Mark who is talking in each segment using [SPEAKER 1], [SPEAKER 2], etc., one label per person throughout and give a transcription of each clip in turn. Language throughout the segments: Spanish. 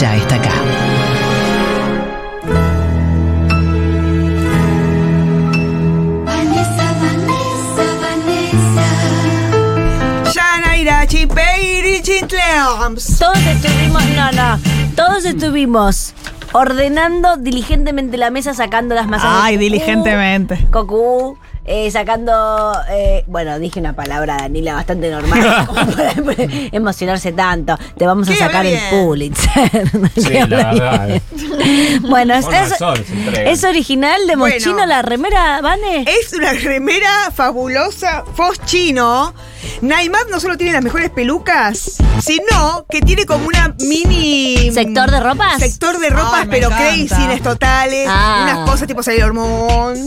[SPEAKER 1] ya está acá.
[SPEAKER 2] Vanessa, Vanessa, Vanessa.
[SPEAKER 3] Yanaira Chipeiri Chintleams.
[SPEAKER 4] Todos estuvimos, no, no, todos
[SPEAKER 5] Mm.
[SPEAKER 4] estuvimos ordenando diligentemente la mesa, sacando las masas. de
[SPEAKER 3] Ay,
[SPEAKER 4] cocú,
[SPEAKER 3] diligentemente.
[SPEAKER 4] Cocú, eh, sacando, eh, bueno, dije una palabra, Danila, bastante normal, como para emocionarse tanto. Te vamos a
[SPEAKER 3] Sí,
[SPEAKER 4] sacar
[SPEAKER 3] habla
[SPEAKER 4] el
[SPEAKER 3] bien.
[SPEAKER 4] Pulitzer.
[SPEAKER 5] Sí,
[SPEAKER 4] Que
[SPEAKER 5] la
[SPEAKER 4] habla
[SPEAKER 5] verdad.
[SPEAKER 4] bien. bueno, es,
[SPEAKER 5] Con razón
[SPEAKER 4] es,
[SPEAKER 5] se entregan.
[SPEAKER 4] es original de
[SPEAKER 3] Bueno.
[SPEAKER 4] Mochino la remera, Vane.
[SPEAKER 3] Es una remera fabulosa, Fos chino. Naimad no solo tiene las mejores pelucas, sino que tiene como una mini. mm,
[SPEAKER 4] ¿Sector de ropas?
[SPEAKER 3] Sector de ropas,
[SPEAKER 6] Ay, me
[SPEAKER 3] pero
[SPEAKER 6] encanta.
[SPEAKER 3] craziness totales.
[SPEAKER 4] Ah.
[SPEAKER 3] Unas cosas tipo Sailor Moon.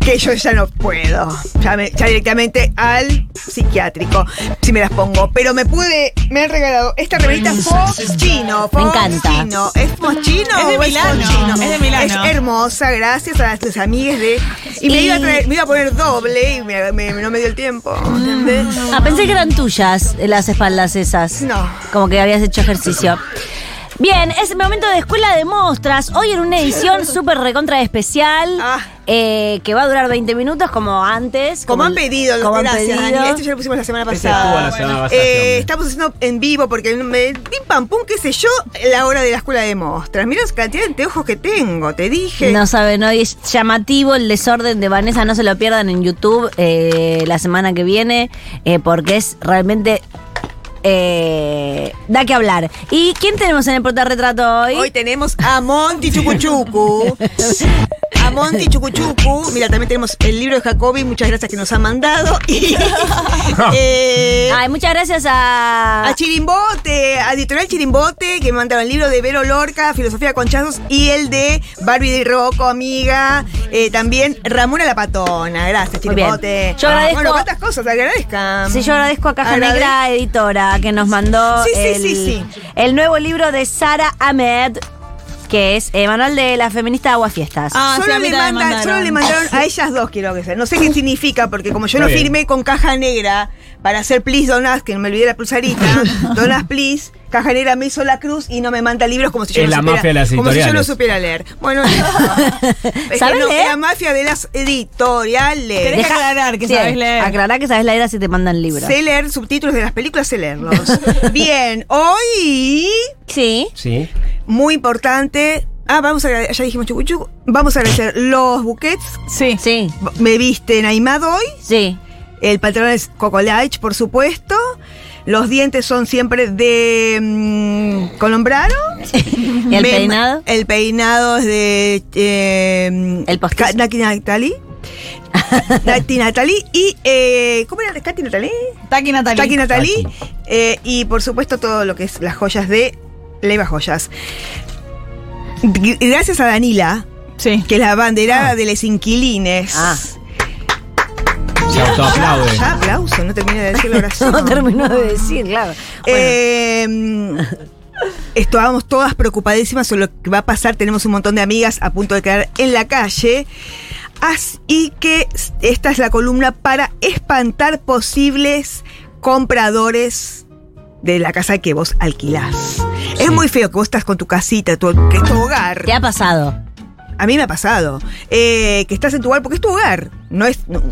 [SPEAKER 3] Que yo ya no puedo. Ya, me- ya directamente al psiquiátrico, si me las pongo. Pero me pude. Me han regalado esta remerita Fos chino.
[SPEAKER 4] Me
[SPEAKER 3] Fos
[SPEAKER 4] encanta.
[SPEAKER 3] chino. ¿Es moschino
[SPEAKER 6] Es de
[SPEAKER 3] o
[SPEAKER 6] Milano,
[SPEAKER 3] Fos chino?
[SPEAKER 6] es de Milano.
[SPEAKER 3] Es hermosa, gracias a tus amigues de. Y me
[SPEAKER 4] Y-
[SPEAKER 3] iba a traer, me iba a poner doble y me- me- no me dio el tiempo, ¿entendés?
[SPEAKER 6] Mm.
[SPEAKER 4] Ah, pensé que eran tuyas eh, las espaldas esas.
[SPEAKER 3] No.
[SPEAKER 4] Como que habías hecho ejercicio. Bien, es el momento de Escuela de Mostras. Hoy en una edición súper recontra especial.
[SPEAKER 3] Ah.
[SPEAKER 4] eh, que va a durar 20 minutos como antes.
[SPEAKER 3] Como han
[SPEAKER 4] el-
[SPEAKER 3] pedido,
[SPEAKER 4] como han
[SPEAKER 3] gracias,
[SPEAKER 4] pedido.
[SPEAKER 3] Dani. Esto ya lo pusimos la semana
[SPEAKER 5] Este estuvo
[SPEAKER 3] pasada.
[SPEAKER 5] la semana pasada,
[SPEAKER 3] Eh,
[SPEAKER 5] hombre.
[SPEAKER 3] estamos haciendo en vivo porque me pim pam pum, qué sé yo, la hora de la escuela de mostras. Mirá la cantidad de anteojos que tengo, te dije.
[SPEAKER 4] No saben, hoy es llamativo el desorden de Vanessa, no se lo pierdan en YouTube eh, la semana que viene, eh, porque es realmente... eh, da que hablar. ¿Y quién tenemos en el portarretrato hoy?
[SPEAKER 3] Hoy tenemos a Monty Chucuchucu. A Monty Chucuchucu. Mira, también tenemos el libro de Jacobi, muchas gracias que nos ha mandado. Y, eh,
[SPEAKER 4] Ay, ah. muchas gracias a...
[SPEAKER 3] A Chirimbote, a Editorial Chirimbote, que me mandaron el libro de Vero Lorca, Filosofía con Chazos, y el de Barbie de Rocco, amiga. Eh, también Ramona la Patona. Gracias,
[SPEAKER 4] Muy bien.
[SPEAKER 3] Chirimbote. Ah,
[SPEAKER 4] Yo agradezco-
[SPEAKER 3] Bueno, cuántas cosas, agradezcan.
[SPEAKER 4] Sí, yo agradezco a Caja
[SPEAKER 3] Agrade-
[SPEAKER 4] Negra Editora que nos mandó
[SPEAKER 3] Sí, sí,
[SPEAKER 4] el,
[SPEAKER 3] sí, sí.
[SPEAKER 4] el nuevo libro de Sara Ahmed, que es eh, Manual de la Feminista Aguafiestas.
[SPEAKER 6] Ah, sí,
[SPEAKER 3] solo,
[SPEAKER 6] a mí
[SPEAKER 3] le
[SPEAKER 6] también
[SPEAKER 3] manda-
[SPEAKER 6] mandaron.
[SPEAKER 3] solo le mandaron a ellas dos, quiero que sea. No sé qué significa, porque como yo
[SPEAKER 5] Está
[SPEAKER 3] no
[SPEAKER 5] bien.
[SPEAKER 3] firmé con caja negra para hacer Please Donas, que me olvidé la pulsarita, Donas Please, caja negra me hizo la cruz y no me manda libros como si yo,
[SPEAKER 5] Es
[SPEAKER 3] no,
[SPEAKER 5] la
[SPEAKER 3] supiera,
[SPEAKER 5] mafia de las
[SPEAKER 3] como si yo no
[SPEAKER 5] editoriales.
[SPEAKER 3] supiera leer. Bueno, no. Es que
[SPEAKER 4] ¿Sabes
[SPEAKER 3] no,
[SPEAKER 4] leer?
[SPEAKER 3] La mafia de las editoriales.
[SPEAKER 6] Tenés que aclarar que sabes leer.
[SPEAKER 4] Aclarar que sabes leer así te mandan libros.
[SPEAKER 3] Sé leer subtítulos de las películas, sé leerlos. Bien, hoy
[SPEAKER 4] Sí.
[SPEAKER 5] Sí.
[SPEAKER 3] muy importante. Ah, vamos a agrade- ya dijimos chucu, chucu. Vamos a agradecer los buquets.
[SPEAKER 6] Sí.
[SPEAKER 4] Sí.
[SPEAKER 3] Me viste en Aymad hoy.
[SPEAKER 4] Sí.
[SPEAKER 3] El patrón es Cocolage, por supuesto. Los dientes son siempre de mm, Colombrano.
[SPEAKER 4] ¿Y
[SPEAKER 3] Me-
[SPEAKER 4] el peinado?
[SPEAKER 3] El peinado es de. eh,
[SPEAKER 4] El postizo.
[SPEAKER 3] Ka- Nati Natali. Nati Natali. Y. eh, ¿Cómo era? ¿Katy Natali?
[SPEAKER 6] Taki Natalie.
[SPEAKER 3] Taki Natali.
[SPEAKER 5] Taki.
[SPEAKER 3] Eh, y por supuesto todo lo que es las joyas de Leva Joyas. G- Gracias a Danila,
[SPEAKER 6] Sí.
[SPEAKER 3] que es la banderada de los inquilines.
[SPEAKER 4] Ah.
[SPEAKER 5] Se autoaplaude.
[SPEAKER 3] Ya aplauso, no terminé de decir la oración.
[SPEAKER 4] No terminó de decir, claro. Bueno,
[SPEAKER 3] Eh, estábamos todas preocupadísimas sobre lo que va a pasar. Tenemos un montón de amigas a punto de quedar en la calle. As- y que s- esta es la columna para espantar posibles compradores de la casa que vos alquilás. Es
[SPEAKER 5] Sí.
[SPEAKER 3] muy feo que vos estás con tu casita, tu, que es tu hogar.
[SPEAKER 4] ¿Te ha pasado?
[SPEAKER 3] A mí me ha pasado. eh, que estás en tu hogar porque es tu hogar. No es. No,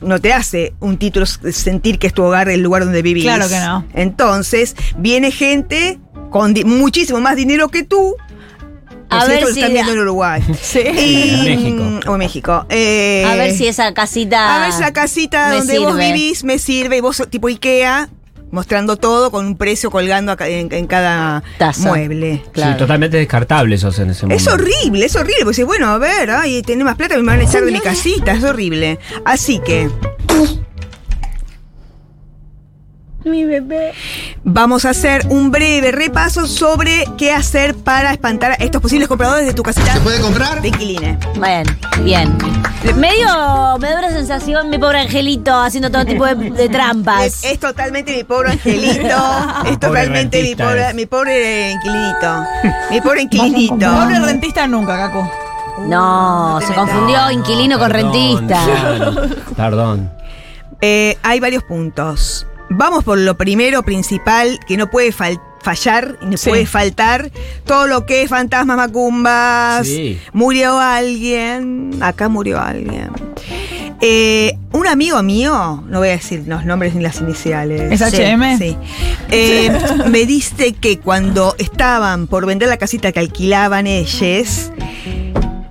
[SPEAKER 3] no te hace un título s- sentir que es tu hogar el lugar donde vivís.
[SPEAKER 6] Claro que no.
[SPEAKER 3] Entonces, viene gente con di- muchísimo más dinero que tú.
[SPEAKER 4] A
[SPEAKER 3] Por
[SPEAKER 4] ver
[SPEAKER 3] cierto, lo
[SPEAKER 4] si
[SPEAKER 3] están
[SPEAKER 4] la-
[SPEAKER 3] viendo en Uruguay. Y-
[SPEAKER 5] México.
[SPEAKER 3] O en México. Eh,
[SPEAKER 4] a ver si esa casita.
[SPEAKER 3] a ver si la casita
[SPEAKER 4] me
[SPEAKER 3] donde vos
[SPEAKER 4] sirve.
[SPEAKER 3] vivís me sirve y vos sos tipo Ikea mostrando todo con un precio colgando acá en, en cada
[SPEAKER 4] Taza.
[SPEAKER 3] mueble.
[SPEAKER 4] Claro.
[SPEAKER 5] Sí, totalmente descartable sos en ese
[SPEAKER 3] Es
[SPEAKER 5] momento.
[SPEAKER 3] horrible, es horrible. Porque dices, bueno, a ver, ay, tenés más plata, me van a echar de mi casita, es horrible. Así que. Mi bebé. Vamos a hacer un breve repaso sobre qué hacer para espantar a estos posibles compradores de tu casita. ¿Se puede comprar? De inquilina.
[SPEAKER 4] Bien, bien. Medio, me da una sensación mi pobre angelito haciendo todo tipo de, de trampas.
[SPEAKER 3] Es, es totalmente mi pobre angelito. Es totalmente mi
[SPEAKER 5] rentista
[SPEAKER 3] pobre,
[SPEAKER 5] es.
[SPEAKER 3] mi pobre inquilinito. Mi pobre inquilinito.
[SPEAKER 6] Pobre rentista nunca, Caco.
[SPEAKER 4] No, se confundió inquilino con
[SPEAKER 5] Perdón,
[SPEAKER 4] rentista.
[SPEAKER 5] claro, Perdón.
[SPEAKER 3] Eh, hay varios puntos. Vamos por lo primero, principal, que no puede fal- fallar, y no
[SPEAKER 6] Sí.
[SPEAKER 3] puede faltar. Todo lo que es fantasmas, macumbas,
[SPEAKER 5] Sí.
[SPEAKER 3] murió alguien, acá murió alguien. Eh, un amigo mío, no voy a decir los nombres ni las iniciales.
[SPEAKER 6] ¿Es
[SPEAKER 3] Sí,
[SPEAKER 6] HM?
[SPEAKER 3] Sí. Eh, me dice que cuando estaban por vender la casita que alquilaban ellos,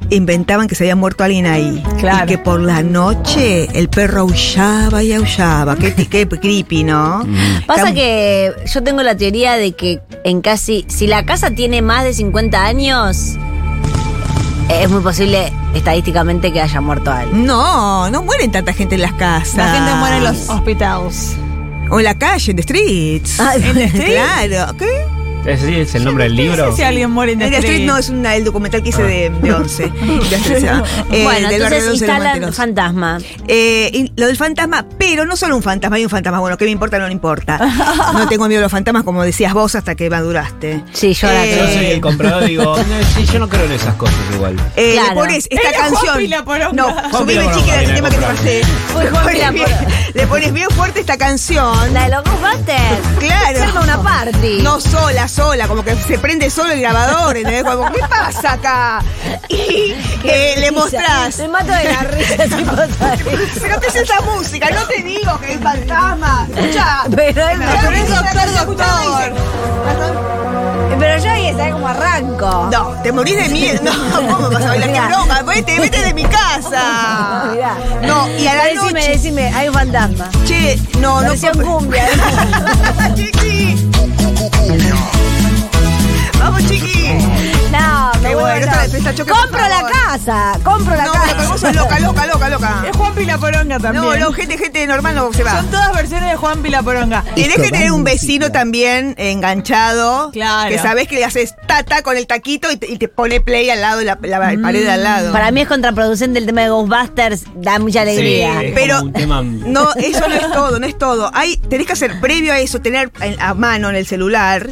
[SPEAKER 3] inventaban que se había muerto alguien ahí.
[SPEAKER 6] Claro.
[SPEAKER 3] Y que por la noche el perro aullaba y aullaba. Qué, qué creepy, ¿no?
[SPEAKER 4] Pasa
[SPEAKER 3] Cam-
[SPEAKER 4] que yo tengo la teoría de que en casi. Si la casa tiene más de 50 años, es muy posible estadísticamente que haya muerto alguien.
[SPEAKER 3] No, no mueren tanta gente en las casas.
[SPEAKER 6] La gente muere en los hospitales.
[SPEAKER 3] O en la calle, en the streets.
[SPEAKER 4] Ah, ¿en the street?
[SPEAKER 3] Claro. ¿Qué?
[SPEAKER 5] ¿Es así? ¿Es el nombre del
[SPEAKER 6] No
[SPEAKER 5] libro?
[SPEAKER 6] sé si alguien muere en
[SPEAKER 3] En the street no, es una- el documental que hice de, de Once. De Once, se llama. Eh,
[SPEAKER 4] Ah.
[SPEAKER 3] del barrio
[SPEAKER 4] bueno,
[SPEAKER 3] de
[SPEAKER 4] entonces
[SPEAKER 3] Once, los
[SPEAKER 4] instalan
[SPEAKER 3] manteros.
[SPEAKER 4] fantasma.
[SPEAKER 3] Eh, y lo del fantasma, pero no solo un fantasma, hay un fantasma. Bueno, ¿qué me importa? No me importa. No tengo miedo a los fantasmas, como decías vos, hasta que maduraste. Eh,
[SPEAKER 4] Sí, yo la
[SPEAKER 5] Yo
[SPEAKER 4] creo.
[SPEAKER 5] soy el comprador digo, no, sí, yo no creo en esas cosas igual.
[SPEAKER 3] Eh,
[SPEAKER 4] Claro.
[SPEAKER 3] Le pones esta
[SPEAKER 6] Era
[SPEAKER 3] canción.
[SPEAKER 6] Juanpi la poronga.
[SPEAKER 3] no,
[SPEAKER 6] Juanpi
[SPEAKER 3] subime
[SPEAKER 5] la
[SPEAKER 3] chique
[SPEAKER 5] poronga,
[SPEAKER 3] el tema que te
[SPEAKER 5] Juanpi
[SPEAKER 3] pasé.
[SPEAKER 4] Fue
[SPEAKER 3] Le
[SPEAKER 4] Juanpi la
[SPEAKER 3] pones, bien, le pones bien fuerte esta canción.
[SPEAKER 4] La de los Ghostbusters.
[SPEAKER 3] Claro.
[SPEAKER 4] Se arma una party.
[SPEAKER 3] No sola, sola, como que se prende solo el grabador. ¿entendés? Como, ¿Qué pasa acá? Y eh, le mostrás.
[SPEAKER 4] Me mato de la risa, sí, vos sabés.
[SPEAKER 3] Pero ¿qué es esa música? No te digo que es fantasma. Escucha.
[SPEAKER 4] Pero es- pero es
[SPEAKER 6] doctor, doctor.
[SPEAKER 4] Pero yo ahí sabés cómo arranco.
[SPEAKER 3] No, te morís de miedo. No, ¿cómo vas a bailar? ¡Qué
[SPEAKER 4] Mirá.
[SPEAKER 3] broma! Vete, vete de mi casa.
[SPEAKER 4] Mirá.
[SPEAKER 3] No, y a la
[SPEAKER 4] decime,
[SPEAKER 3] noche.
[SPEAKER 4] decime, hay un fantasma.
[SPEAKER 3] Che, no, no.
[SPEAKER 4] Versión
[SPEAKER 3] puedo-
[SPEAKER 4] cumbia.
[SPEAKER 3] chiqui. Vamos, chiqui.
[SPEAKER 4] No, me
[SPEAKER 3] Qué
[SPEAKER 4] vuelvo
[SPEAKER 3] bueno,
[SPEAKER 4] loca.
[SPEAKER 3] esta- esta choque,
[SPEAKER 4] Compro
[SPEAKER 3] por
[SPEAKER 4] la
[SPEAKER 3] favor.
[SPEAKER 4] casa, compro la
[SPEAKER 3] No,
[SPEAKER 4] casa.
[SPEAKER 3] pero vos sos loca, loca, loca, loca.
[SPEAKER 6] Es Juan Pilaporonga también.
[SPEAKER 3] No, no, gente, gente normal no se va.
[SPEAKER 6] Son todas versiones de Juan Pilaporonga.
[SPEAKER 3] Tenés que tener un vecino también enganchado.
[SPEAKER 6] Claro.
[SPEAKER 3] Que sabés que le haces tata con el taquito y te, y te pone play al lado, la, la pared al lado.
[SPEAKER 4] Mm, Para mí es contraproducente el tema de Ghostbusters, da mucha alegría.
[SPEAKER 5] Sí, es
[SPEAKER 3] Pero-
[SPEAKER 5] como un tema.
[SPEAKER 3] No, eso no es todo, no es todo. Hay, tenés que hacer previo a eso, tener en- a mano en el celular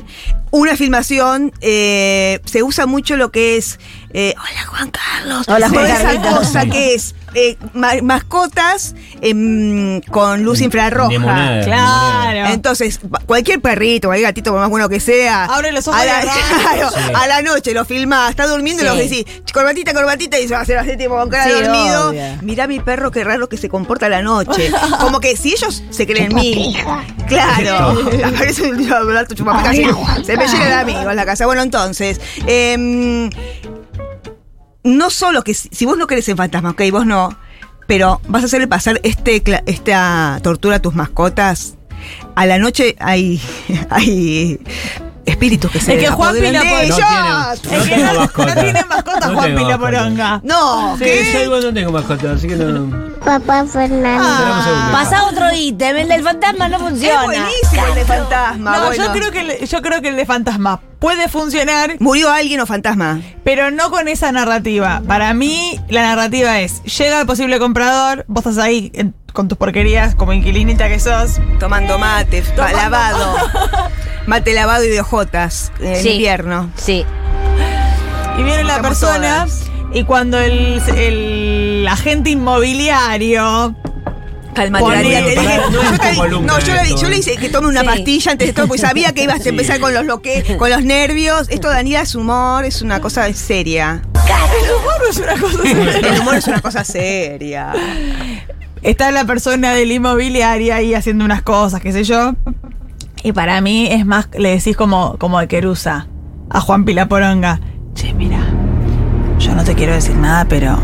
[SPEAKER 3] una filmación. eh, se usa mucho lo que es. eh, Hola Juan Carlos.
[SPEAKER 4] Hola, Juan
[SPEAKER 3] Toda esa
[SPEAKER 4] Carlitos.
[SPEAKER 3] cosa que es eh, ma- mascotas em, con luz infrarroja.
[SPEAKER 5] Limonada,
[SPEAKER 6] Claro.
[SPEAKER 3] Entonces, pa- cualquier perrito, cualquier gatito, por más bueno que sea.
[SPEAKER 6] Abre los ojos
[SPEAKER 3] A
[SPEAKER 6] y
[SPEAKER 3] la,
[SPEAKER 6] agarra.
[SPEAKER 3] claro,
[SPEAKER 5] Sí.
[SPEAKER 3] a la noche lo filmás, está durmiendo
[SPEAKER 4] Sí.
[SPEAKER 3] y lo decís, corbatita, corbatita, y se va a hacer así, tipo, con cara
[SPEAKER 4] Sí,
[SPEAKER 3] de dormido.
[SPEAKER 4] obvio.
[SPEAKER 3] Mirá mi perro, qué raro que se comporta a la noche. Como que si ellos se creen mil. Claro. Aparece un alto chupapacas y se me llena de amigos la casa. Bueno, entonces. em, no solo que si, si vos no crees en fantasmas, ok, vos no, pero vas a hacerle pasar este, cla- esta tortura a tus mascotas. A la noche hay, hay espíritus que se
[SPEAKER 6] Es que Juan
[SPEAKER 3] apoderan
[SPEAKER 6] Pina
[SPEAKER 3] de
[SPEAKER 6] puede-
[SPEAKER 5] No
[SPEAKER 3] ellos.
[SPEAKER 5] tienen-
[SPEAKER 6] Es que
[SPEAKER 5] tengo
[SPEAKER 6] no-
[SPEAKER 5] mascota.
[SPEAKER 6] no tiene mascota
[SPEAKER 5] No
[SPEAKER 6] Juan
[SPEAKER 5] tengo
[SPEAKER 6] Pilaporonga.
[SPEAKER 3] No,
[SPEAKER 5] mascota.
[SPEAKER 3] ¿qué?
[SPEAKER 5] Sí, yo igual no tengo mascota, así que no.
[SPEAKER 2] Papá Fernando.
[SPEAKER 5] Esperame
[SPEAKER 3] Ah.
[SPEAKER 5] un segundo.
[SPEAKER 4] Pasá otro ítem, el del fantasma no
[SPEAKER 3] Es
[SPEAKER 4] funciona.
[SPEAKER 3] buenísimo el de fantasma.
[SPEAKER 6] No,
[SPEAKER 3] bueno.
[SPEAKER 6] yo, creo que el, yo creo que el de fantasma puede funcionar,
[SPEAKER 3] ¿Murió alguien o fantasma?
[SPEAKER 6] pero no con esa narrativa. Para mí, la narrativa es: llega el posible comprador, vos estás ahí en- con tus porquerías como inquilinita que sos.
[SPEAKER 3] Tomando mate, va- lavado. Mate lavado y de ojotas en
[SPEAKER 4] Sí.
[SPEAKER 3] invierno.
[SPEAKER 4] Sí.
[SPEAKER 6] Y viene la
[SPEAKER 3] Estamos
[SPEAKER 6] persona,
[SPEAKER 3] todas.
[SPEAKER 6] y cuando el, el agente inmobiliario.
[SPEAKER 3] Calmate,
[SPEAKER 6] Ponle,
[SPEAKER 3] Daría, te
[SPEAKER 5] pará,
[SPEAKER 3] dije.
[SPEAKER 5] no es
[SPEAKER 3] yo, te-
[SPEAKER 5] como alumna
[SPEAKER 3] no, yo, le,
[SPEAKER 5] esto,
[SPEAKER 3] yo le
[SPEAKER 5] ¿eh?
[SPEAKER 3] hice que tome una
[SPEAKER 4] Sí.
[SPEAKER 3] pastilla antes de todo, porque sabía que ibas a
[SPEAKER 5] Sí.
[SPEAKER 3] empezar con los loque, con los nervios. Esto, Daniela, es humor, es una cosa seria.
[SPEAKER 6] El humor es una cosa así.
[SPEAKER 3] El humor es una cosa seria.
[SPEAKER 6] Está la persona del inmobiliario ahí haciendo unas cosas, qué sé yo. Y para mí es más, le decís como, como de Querusa a Juan Pilaporonga. Che, mira, yo no te quiero decir nada, pero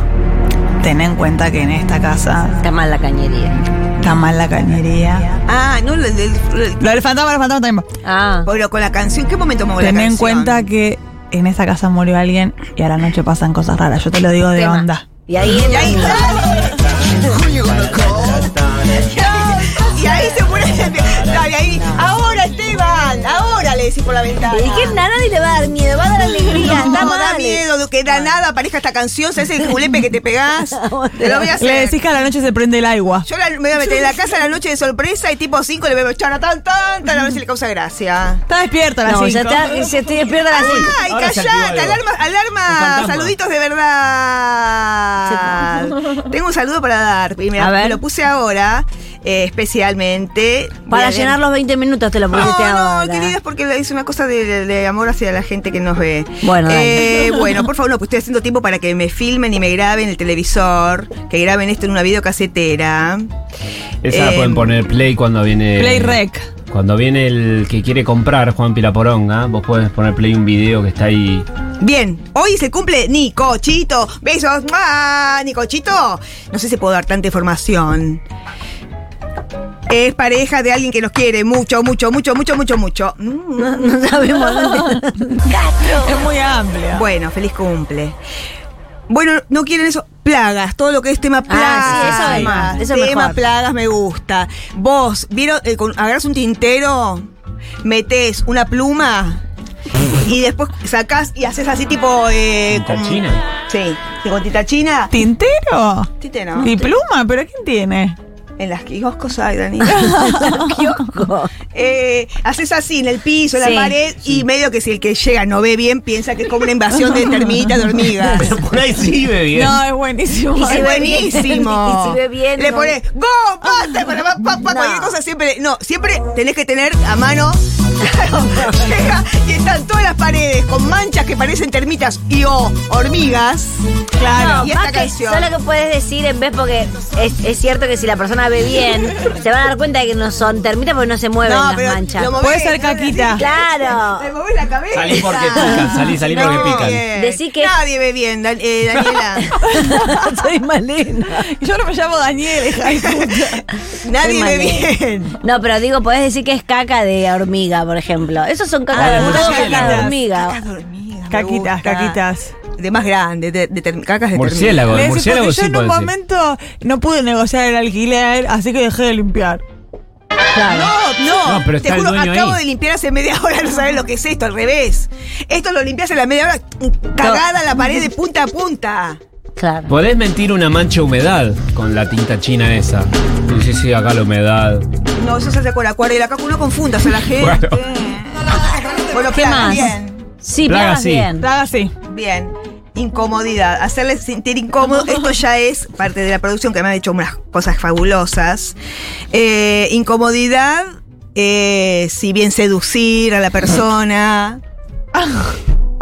[SPEAKER 6] ten en cuenta que en esta casa
[SPEAKER 4] Está mal la cañería.
[SPEAKER 6] está mal la cañería.
[SPEAKER 3] Ah, no, el- el- el-
[SPEAKER 6] Lo del fantasma, lo del fantasma también.
[SPEAKER 4] Ah.
[SPEAKER 3] pero con la canción, ¿qué momento muevo la
[SPEAKER 6] Ten
[SPEAKER 3] canción?
[SPEAKER 6] en cuenta que en esta casa murió alguien y a la noche pasan cosas raras. Yo te lo digo de
[SPEAKER 4] tema.
[SPEAKER 6] onda.
[SPEAKER 4] Y ahí
[SPEAKER 3] Y ahí, y ahí se pone. Dale, ahí. Ahora, Esteban. decís por la ventana.
[SPEAKER 4] ¿Y qué? A nadie le va a dar miedo, va a dar alegría.
[SPEAKER 3] No,
[SPEAKER 4] Estamos,
[SPEAKER 3] da
[SPEAKER 4] dale.
[SPEAKER 3] miedo de que de la nada aparezca esta canción, se hace el julepe que te pegás. Te lo voy a hacer.
[SPEAKER 6] Le decís que a la noche se prende el agua.
[SPEAKER 3] Yo la- me voy a meter en la casa la noche de sorpresa y tipo 5 le voy a echar a tan tan tan a ver si le causa gracia.
[SPEAKER 6] Está despierta a las
[SPEAKER 4] No, ya
[SPEAKER 6] cinco.
[SPEAKER 4] está, se estoy despierta a las cinco.
[SPEAKER 3] Ay,
[SPEAKER 5] ahora se
[SPEAKER 3] callate,
[SPEAKER 5] activó algo.
[SPEAKER 3] alarma,
[SPEAKER 5] Un
[SPEAKER 3] alarma,
[SPEAKER 5] fantasma.
[SPEAKER 3] saluditos de verdad. Tengo un saludo para dar. Y me,
[SPEAKER 4] A ver.
[SPEAKER 3] me lo puse ahora, eh, especialmente.
[SPEAKER 4] Para
[SPEAKER 3] Bien.
[SPEAKER 4] llenar los 20 minutos te lo
[SPEAKER 3] No,
[SPEAKER 4] pusiste ahora.
[SPEAKER 3] no, querido, es porque es una cosa de, de amor hacia la gente que nos ve.
[SPEAKER 4] Bueno, dale.
[SPEAKER 3] Eh, bueno, por favor, no, pues estoy haciendo tiempo para que me filmen y me graben el televisor, que graben esto en una videocasetera.
[SPEAKER 5] Esa la
[SPEAKER 3] Eh,
[SPEAKER 5] pueden poner play cuando viene.
[SPEAKER 6] Play Rec.
[SPEAKER 5] Cuando viene el que quiere comprar Juan Pilaporonga, vos puedes poner play un video que está ahí.
[SPEAKER 3] Bien, hoy se cumple Nicochito. Besos, ¡mua! Nicochito. No sé si puedo dar tanta información. Es pareja de alguien que nos quiere mucho, mucho, mucho, mucho, mucho, mucho. Mm.
[SPEAKER 4] No sabemos dónde.
[SPEAKER 6] Es muy amplia.
[SPEAKER 3] Bueno, feliz cumple. Bueno, no quieren eso. Plagas, todo lo que es tema plagas.
[SPEAKER 4] Ah, sí, eso es más, eso es
[SPEAKER 3] tema
[SPEAKER 4] mejor.
[SPEAKER 3] plagas me gusta. Vos, ¿vieron? eh, con- agarrás un tintero, metés una pluma y después sacás y haces así tipo. Eh,
[SPEAKER 5] ¿Tinta
[SPEAKER 3] como-
[SPEAKER 5] china?
[SPEAKER 3] Sí, sí, con tinta china.
[SPEAKER 6] ¿Tintero?
[SPEAKER 3] Tintero.
[SPEAKER 6] ¿Y pluma? ¿Pero quién tiene?
[SPEAKER 3] En las kioscos hay, Danita.
[SPEAKER 4] Kiosco.
[SPEAKER 3] Eh, haces así en el piso, en
[SPEAKER 4] Sí.
[SPEAKER 3] la pared, y medio que si el que llega no ve bien, piensa que es como una invasión de termitas, de hormigas.
[SPEAKER 5] Pero por ahí sí, bebé.
[SPEAKER 6] No, es buenísimo.
[SPEAKER 4] Y
[SPEAKER 3] Es
[SPEAKER 4] si ve bien.
[SPEAKER 3] buenísimo.
[SPEAKER 4] Y si ve bien,
[SPEAKER 3] Le
[SPEAKER 4] no.
[SPEAKER 3] pones go, basta, para, pa, pa, pa,
[SPEAKER 4] No.
[SPEAKER 3] cualquier cosa siempre. No, siempre tenés que tener a mano. Claro, llega y están todas las paredes con manchas que parecen termitas y o hormigas. Claro, y esta
[SPEAKER 4] Más que
[SPEAKER 3] canción.
[SPEAKER 4] Solo que puedes decir en vez, porque es, es cierto que si la persona ve bien, se van a dar cuenta de que no son termitas porque no se mueven
[SPEAKER 3] No,
[SPEAKER 4] las
[SPEAKER 3] pero
[SPEAKER 4] manchas.
[SPEAKER 3] lo movés,
[SPEAKER 6] Puede ser
[SPEAKER 3] no le decís-
[SPEAKER 6] caquita.
[SPEAKER 3] Le
[SPEAKER 4] Claro.
[SPEAKER 3] movés Ah. la cabeza.
[SPEAKER 5] Salí porque pican, salí, salí porque pican.
[SPEAKER 3] Bien.
[SPEAKER 4] Decí que-
[SPEAKER 3] Nadie ve bien, Dan- eh, Daniela.
[SPEAKER 4] Soy Malena.
[SPEAKER 6] Yo no me llamo Daniel, hija de puta.
[SPEAKER 3] Nadie ve
[SPEAKER 4] Malena.
[SPEAKER 3] bien.
[SPEAKER 4] No, pero digo, podés decir que es caca de hormiga, por ejemplo. Esos son caca,
[SPEAKER 5] Ah,
[SPEAKER 4] de,
[SPEAKER 5] las
[SPEAKER 4] todo
[SPEAKER 5] murciélagas.
[SPEAKER 4] caca de hormiga.
[SPEAKER 3] Cacas de hormigas, me
[SPEAKER 6] Caquitas,
[SPEAKER 3] gusta.
[SPEAKER 6] caquitas.
[SPEAKER 3] De más grande, de, de term- cacas de termitas.
[SPEAKER 5] Murciélago,
[SPEAKER 6] Le
[SPEAKER 5] el
[SPEAKER 6] decís,
[SPEAKER 5] murciélago
[SPEAKER 6] porque yo
[SPEAKER 5] sí
[SPEAKER 6] en un
[SPEAKER 5] puede ser.
[SPEAKER 6] momento no pude negociar el alquiler, así que dejé de limpiar.
[SPEAKER 3] No, no,
[SPEAKER 5] No, pero
[SPEAKER 3] te
[SPEAKER 5] está el
[SPEAKER 3] juro,
[SPEAKER 5] dueño
[SPEAKER 3] acabo
[SPEAKER 5] ahí.
[SPEAKER 3] de limpiar hace media hora, no sabes lo que es esto, al revés. Esto lo limpias en la media hora, mm, cagada la pared de punta a punta.
[SPEAKER 4] Claro.
[SPEAKER 5] Podés mentir una mancha de humedad con la tinta china esa. Sí, sí, sí, acá la humedad.
[SPEAKER 3] No, eso se hace con la cuerda y la caca, no confundas a la gente.
[SPEAKER 5] Bueno.
[SPEAKER 3] Bueno,
[SPEAKER 4] ¿Qué
[SPEAKER 3] claro,
[SPEAKER 4] más?
[SPEAKER 3] bien,
[SPEAKER 4] Sí,
[SPEAKER 5] Plaga
[SPEAKER 4] plagas
[SPEAKER 5] sí.
[SPEAKER 4] bien.
[SPEAKER 6] Nada así.
[SPEAKER 3] bien. Incomodidad, hacerles sentir incómodo, esto ya es parte de la producción que me han hecho unas cosas fabulosas. Eh, incomodidad, eh, si bien seducir a la persona.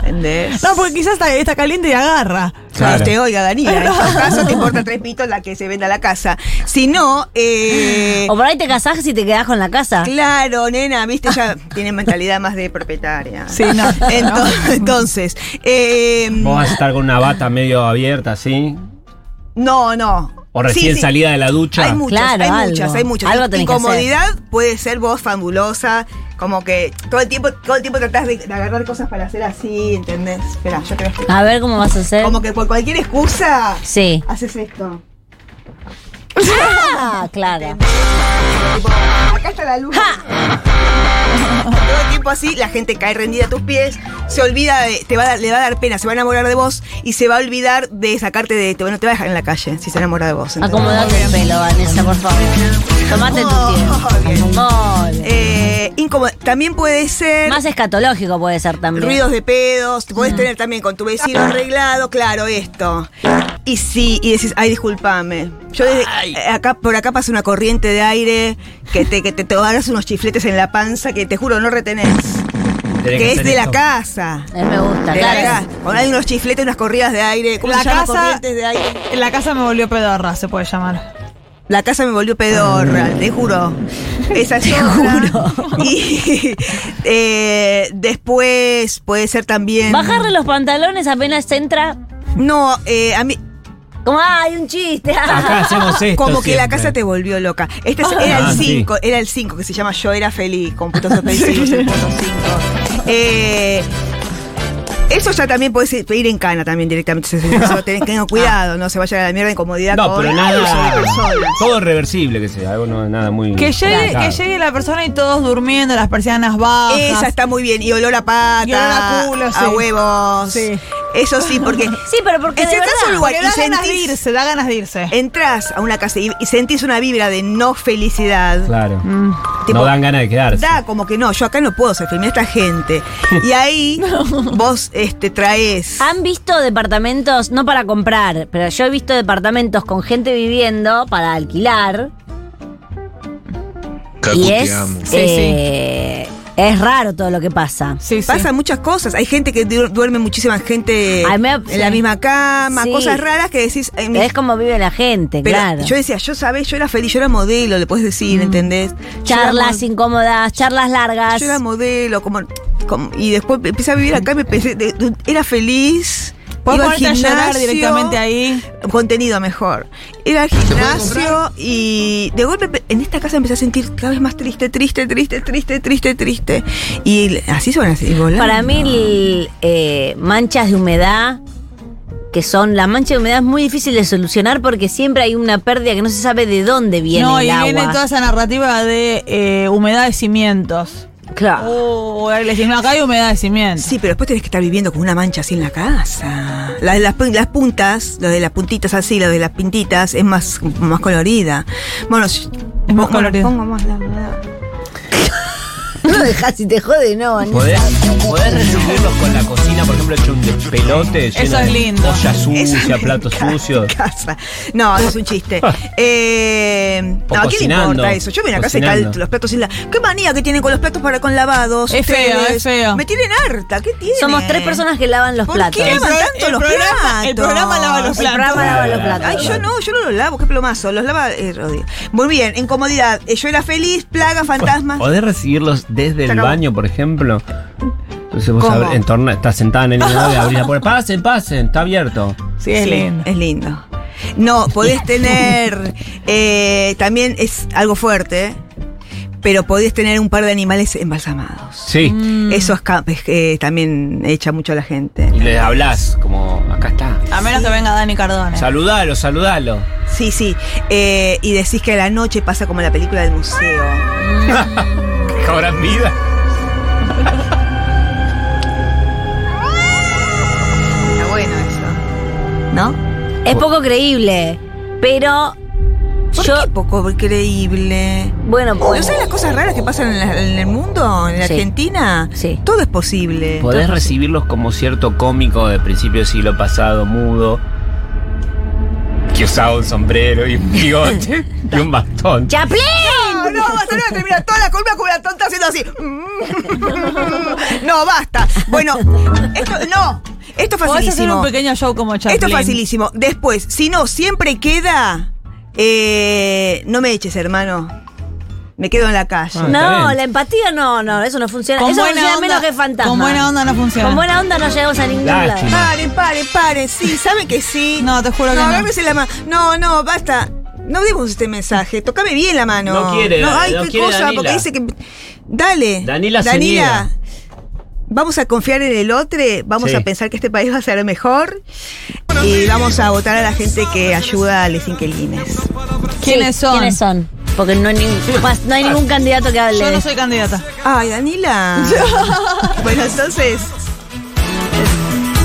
[SPEAKER 3] ¿Entendés?
[SPEAKER 6] No, porque quizás está, está caliente y agarra.
[SPEAKER 5] Claro.
[SPEAKER 3] No te oiga, Daniela. En tu caso te importa tres pitos la que se venda la casa. Si no, eh,
[SPEAKER 6] Oh,
[SPEAKER 4] O por ahí te casás si te quedás con la casa.
[SPEAKER 3] claro, nena, viste, ya tiene mentalidad más de propietaria.
[SPEAKER 6] Sí, no.
[SPEAKER 3] Ento- Entonces, eh,
[SPEAKER 5] Vos vas a estar con una bata medio abierta así.
[SPEAKER 3] no, no.
[SPEAKER 5] O recién
[SPEAKER 3] Sí, sí.
[SPEAKER 5] salida de la ducha.
[SPEAKER 3] Hay muchas,
[SPEAKER 4] Claro,
[SPEAKER 3] hay
[SPEAKER 4] algo.
[SPEAKER 3] muchas, hay muchas.
[SPEAKER 4] Algo tenés que
[SPEAKER 3] Incomodidad puede ser vos fabulosa, como que todo el tiempo, todo el tiempo tratás de, de agarrar cosas para hacer así, ¿entendés? Espera, yo te voy a explicar.
[SPEAKER 4] A ver cómo vas a hacer.
[SPEAKER 3] Como que por cualquier excusa
[SPEAKER 4] Sí.
[SPEAKER 3] haces esto.
[SPEAKER 4] Ah, claro.
[SPEAKER 3] Tipo, acá está la luz. Todo el tiempo así, la gente cae rendida a tus pies, se olvida, de- te va a dar- le va a dar pena, se va a enamorar de vos y se va a olvidar de sacarte de. Bueno, te va a dejar en la calle si se enamora de vos. ¿entendés?
[SPEAKER 4] Acomodate el pelo, Vanessa, por favor. Tomate
[SPEAKER 3] Oh,
[SPEAKER 4] tu tiempo. Muy bien.
[SPEAKER 3] Eh, incómodo. También puede ser.
[SPEAKER 4] Más escatológico puede ser también.
[SPEAKER 3] Ruidos de pedos, podés tener también con tu vecino arreglado, claro, esto. Y sí, y decís, ay, discúlpame. Yo desde eh, acá, por acá pasa una corriente de aire que te, que te, te agarras unos chifletes en la panza que te juro no retenés.
[SPEAKER 5] Tenés
[SPEAKER 3] que es
[SPEAKER 5] hacer
[SPEAKER 3] de la
[SPEAKER 5] esto.
[SPEAKER 3] casa.
[SPEAKER 4] Eh, me gusta,
[SPEAKER 3] De la
[SPEAKER 4] claro.
[SPEAKER 3] casa. Cuando hay unos chifletes, unas corridas de aire. ¿Cómo
[SPEAKER 6] La
[SPEAKER 3] se llama?
[SPEAKER 6] casa-
[SPEAKER 3] Corrientes de aire.
[SPEAKER 6] La casa me volvió pedorra, se puede llamar.
[SPEAKER 3] La casa me volvió pedorra, te juro. Esa es otra. Y eh, después puede ser también.
[SPEAKER 4] Bajarle los pantalones apenas entra.
[SPEAKER 3] No, eh, a mí.
[SPEAKER 4] Como, ah, hay un chiste.
[SPEAKER 5] Acá hacemos esto.
[SPEAKER 3] Ah, Como que la
[SPEAKER 5] siempre.
[SPEAKER 3] casa te volvió loca. Este es- era
[SPEAKER 5] Ah,
[SPEAKER 3] el
[SPEAKER 5] sí.
[SPEAKER 3] 5, era el 5, que se llama Yo era feliz, con puntos suspensivos, el punto 5. Eh, Eso ya también puedes ir en cana también directamente. Eso, eso tenés que tener cuidado, no se vaya a la mierda de incomodidad
[SPEAKER 5] No,
[SPEAKER 3] con
[SPEAKER 5] pero
[SPEAKER 3] el uso de
[SPEAKER 5] nada.
[SPEAKER 3] personas.
[SPEAKER 5] Todo reversible que sea, algo no, nada muy.
[SPEAKER 6] Que llegue,
[SPEAKER 5] Claro.
[SPEAKER 6] que llegue la persona y todos durmiendo, las persianas bajas.
[SPEAKER 3] Esa está muy bien. Y olor a pata,
[SPEAKER 6] Y olor a culo, sí.
[SPEAKER 3] huevos.
[SPEAKER 6] Sí.
[SPEAKER 3] Eso sí, porque
[SPEAKER 4] Sí, pero porque
[SPEAKER 3] Es
[SPEAKER 4] de
[SPEAKER 3] que estás solo-
[SPEAKER 4] verdad-
[SPEAKER 6] Porque da
[SPEAKER 3] y
[SPEAKER 6] ganas de
[SPEAKER 3] sentís- Eh,
[SPEAKER 6] irse, da ganas de irse.
[SPEAKER 3] entras a una casa y, y sentís una vibra de no felicidad.
[SPEAKER 5] Claro.
[SPEAKER 3] Mm. Tipo,
[SPEAKER 5] no dan ganas de quedarse.
[SPEAKER 3] Da como que no, yo acá no puedo ser feliz, mira esta gente. Y ahí vos este, traes.
[SPEAKER 4] Han visto departamentos, no para comprar, pero yo he visto departamentos con gente viviendo para alquilar. Y es,
[SPEAKER 7] Cacuteamos.
[SPEAKER 6] Sí,
[SPEAKER 4] eh, es raro todo lo que pasa.
[SPEAKER 6] Sí, sí.
[SPEAKER 3] Pasan muchas cosas. Hay gente que du- duerme muchísima gente
[SPEAKER 4] Ay, me-
[SPEAKER 3] en
[SPEAKER 4] sí.
[SPEAKER 3] la misma cama,
[SPEAKER 4] Sí.
[SPEAKER 3] cosas raras que decís. ay, mi-
[SPEAKER 4] Es como vive la gente,
[SPEAKER 3] pero
[SPEAKER 4] claro.
[SPEAKER 3] Yo decía, yo sabés, yo era feliz, yo era modelo, le puedes decir, ¿entendés? Yo
[SPEAKER 4] Mm. charlas
[SPEAKER 3] era,
[SPEAKER 4] incómodas, charlas
[SPEAKER 3] mo-
[SPEAKER 4] largas.
[SPEAKER 3] yo era modelo, como, como- Y después empecé a vivir acá, y me empecé, de- de- era feliz.
[SPEAKER 6] Podés
[SPEAKER 3] iba al
[SPEAKER 6] ponerte a llorar
[SPEAKER 3] gimnasio,
[SPEAKER 6] directamente ahí.
[SPEAKER 3] Contenido mejor. Era al gimnasio y de golpe pe- en esta casa empecé a sentir cada vez más triste, triste, triste, triste, triste, triste. Y así son así, volando.
[SPEAKER 4] Para mí, el, eh, manchas de humedad, que son. La mancha de humedad es muy difícil de solucionar porque siempre hay una pérdida que no se sabe de dónde viene
[SPEAKER 6] no,
[SPEAKER 4] el
[SPEAKER 6] y
[SPEAKER 4] agua.
[SPEAKER 6] viene toda esa narrativa de eh, humedad de cimientos.
[SPEAKER 4] Claro.
[SPEAKER 6] Oh, ahí les dicen, no, acá hay humedad de cimientos.
[SPEAKER 3] Sí, pero después tenés que estar viviendo con una mancha así en la casa. Las, las, pun- las puntas, lo de las puntitas así, lo de las pintitas, es más, más colorida. Bueno, es
[SPEAKER 6] más colorida.
[SPEAKER 3] Pongo más la verdad.
[SPEAKER 4] No dejas si te jode, no.
[SPEAKER 5] ¿Podés, podés resumirlos con la cocina, por ejemplo, hecho un despelote lleno
[SPEAKER 6] Eso es
[SPEAKER 5] de
[SPEAKER 6] lindo.
[SPEAKER 5] ollas
[SPEAKER 3] Eso
[SPEAKER 5] sucias,
[SPEAKER 3] me
[SPEAKER 5] platos
[SPEAKER 3] encanta,
[SPEAKER 5] sucios.
[SPEAKER 3] casa. No, es un chiste. eh,
[SPEAKER 5] O
[SPEAKER 3] no, ¿a quién le
[SPEAKER 5] cocinando,
[SPEAKER 3] importa eso? Yo vine acá y
[SPEAKER 5] cocinando.
[SPEAKER 3] calto los platos sin la. ¿Qué manía que tienen con los platos para con lavados?
[SPEAKER 6] Es feo,
[SPEAKER 3] ustedes?
[SPEAKER 6] es feo.
[SPEAKER 3] Me tienen harta, ¿qué tienen?
[SPEAKER 4] Somos tres personas que lavan los
[SPEAKER 3] ¿Por
[SPEAKER 4] platos.
[SPEAKER 3] qué lavan
[SPEAKER 6] pro-
[SPEAKER 3] tanto
[SPEAKER 6] el
[SPEAKER 3] los
[SPEAKER 6] programa-
[SPEAKER 3] platos?
[SPEAKER 6] el programa lava los
[SPEAKER 4] El programa lava los platos.
[SPEAKER 3] Ay, yo no, yo no los lavo, qué plomazo, los lava eh, Rodri. Muy bien, en comodidad, eh, yo era feliz, plaga, fantasma.
[SPEAKER 5] ¿Podés recibirlos desde
[SPEAKER 3] Se
[SPEAKER 5] el
[SPEAKER 3] acabó.
[SPEAKER 5] baño, por ejemplo? Entonces vos
[SPEAKER 3] ¿Cómo?
[SPEAKER 5] abr- entorna- estás sentada en el inodoro y abrís la puerta. Pasen, pasen, está abierto.
[SPEAKER 6] Sí, es
[SPEAKER 3] Sí,
[SPEAKER 6] lindo.
[SPEAKER 3] Es lindo. No, podés tener, eh, también es algo fuerte, ¿eh? pero podés tener un par de animales embalsamados.
[SPEAKER 5] Sí.
[SPEAKER 4] Mm.
[SPEAKER 3] Eso es ca- es que también echa mucho a la gente.
[SPEAKER 5] Y les hablás, como, acá está.
[SPEAKER 6] A menos que venga Dani Cardone.
[SPEAKER 5] Saludalo, saludalo.
[SPEAKER 3] Sí, sí. Eh, y decís que a la noche pasa como en la película del museo.
[SPEAKER 5] Cobran vida.
[SPEAKER 3] Está bueno eso. ¿No?
[SPEAKER 4] Es poco creíble, pero
[SPEAKER 3] ¿Por
[SPEAKER 4] yo.
[SPEAKER 3] qué poco creíble?
[SPEAKER 4] Bueno, pues,
[SPEAKER 3] ¿No sabes las cosas raras que pasan en, la- en el mundo, en la
[SPEAKER 4] Sí.
[SPEAKER 3] Argentina?
[SPEAKER 4] Sí.
[SPEAKER 3] Todo es posible.
[SPEAKER 5] Podés recibirlos como cierto cómico de principio del siglo pasado, mudo, que usaba un sombrero y un bigote y un bastón.
[SPEAKER 4] ¡Chaplin!
[SPEAKER 3] No, no, basta, no, termina toda la columna con una tonta haciendo así. No, basta. Bueno, esto, no, esto es
[SPEAKER 6] Podés hacer un
[SPEAKER 3] facilísimo.
[SPEAKER 6] pequeño show como Chaplin.
[SPEAKER 3] Esto es facilísimo. Después, si no, siempre queda. eh, no me eches, hermano. Me quedo en la calle.
[SPEAKER 5] Ah, está
[SPEAKER 4] No,
[SPEAKER 5] bien.
[SPEAKER 4] la empatía no, no, eso no funciona.
[SPEAKER 6] Con
[SPEAKER 4] eso
[SPEAKER 6] buena
[SPEAKER 4] funciona
[SPEAKER 6] onda-
[SPEAKER 4] menos que fantasma.
[SPEAKER 6] con buena onda no funciona.
[SPEAKER 4] Con buena onda no llegamos a ningún
[SPEAKER 5] Lástima.
[SPEAKER 4] lado.
[SPEAKER 3] Paren, paren, paren. Sí, saben que sí.
[SPEAKER 6] No, te juro que
[SPEAKER 3] No,
[SPEAKER 6] no.
[SPEAKER 3] agárrese la mano. No, no, basta. No demos este mensaje. Tócame bien la mano.
[SPEAKER 5] No quiere,
[SPEAKER 3] ay,
[SPEAKER 5] no
[SPEAKER 3] qué
[SPEAKER 5] quiere
[SPEAKER 3] cosa,
[SPEAKER 5] Danila.
[SPEAKER 3] porque dice que. Dale.
[SPEAKER 5] Danila se niega.
[SPEAKER 3] Vamos a confiar en el otro, vamos
[SPEAKER 5] Sí.
[SPEAKER 3] a pensar que este país va a ser mejor y vamos a votar a la gente que ayuda a los inquilines.
[SPEAKER 6] ¿Quiénes
[SPEAKER 4] Sí,
[SPEAKER 6] son?
[SPEAKER 4] ¿Quiénes son? Porque no hay, nin- más- no hay ningún candidato que hable.
[SPEAKER 6] Yo
[SPEAKER 4] de
[SPEAKER 6] no
[SPEAKER 4] eso.
[SPEAKER 6] soy candidata.
[SPEAKER 3] Ay, Danila. bueno, entonces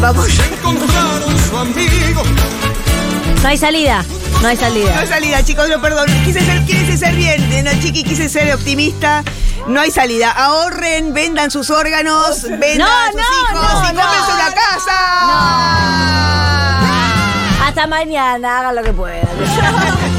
[SPEAKER 3] vamos
[SPEAKER 7] Encontraron su amigo.
[SPEAKER 4] No hay salida. No hay
[SPEAKER 3] No
[SPEAKER 4] salida.
[SPEAKER 3] hay salida, chicos, no, perdón. Quise ser, quise ser bien, de no, chiqui, quise ser optimista. No hay salida. Ahorren, vendan sus órganos, vendan
[SPEAKER 4] No,
[SPEAKER 3] sus
[SPEAKER 4] no,
[SPEAKER 3] hijos
[SPEAKER 4] no,
[SPEAKER 3] y
[SPEAKER 4] no.
[SPEAKER 3] cómprense una casa.
[SPEAKER 4] Hasta mañana, hagan lo que puedan.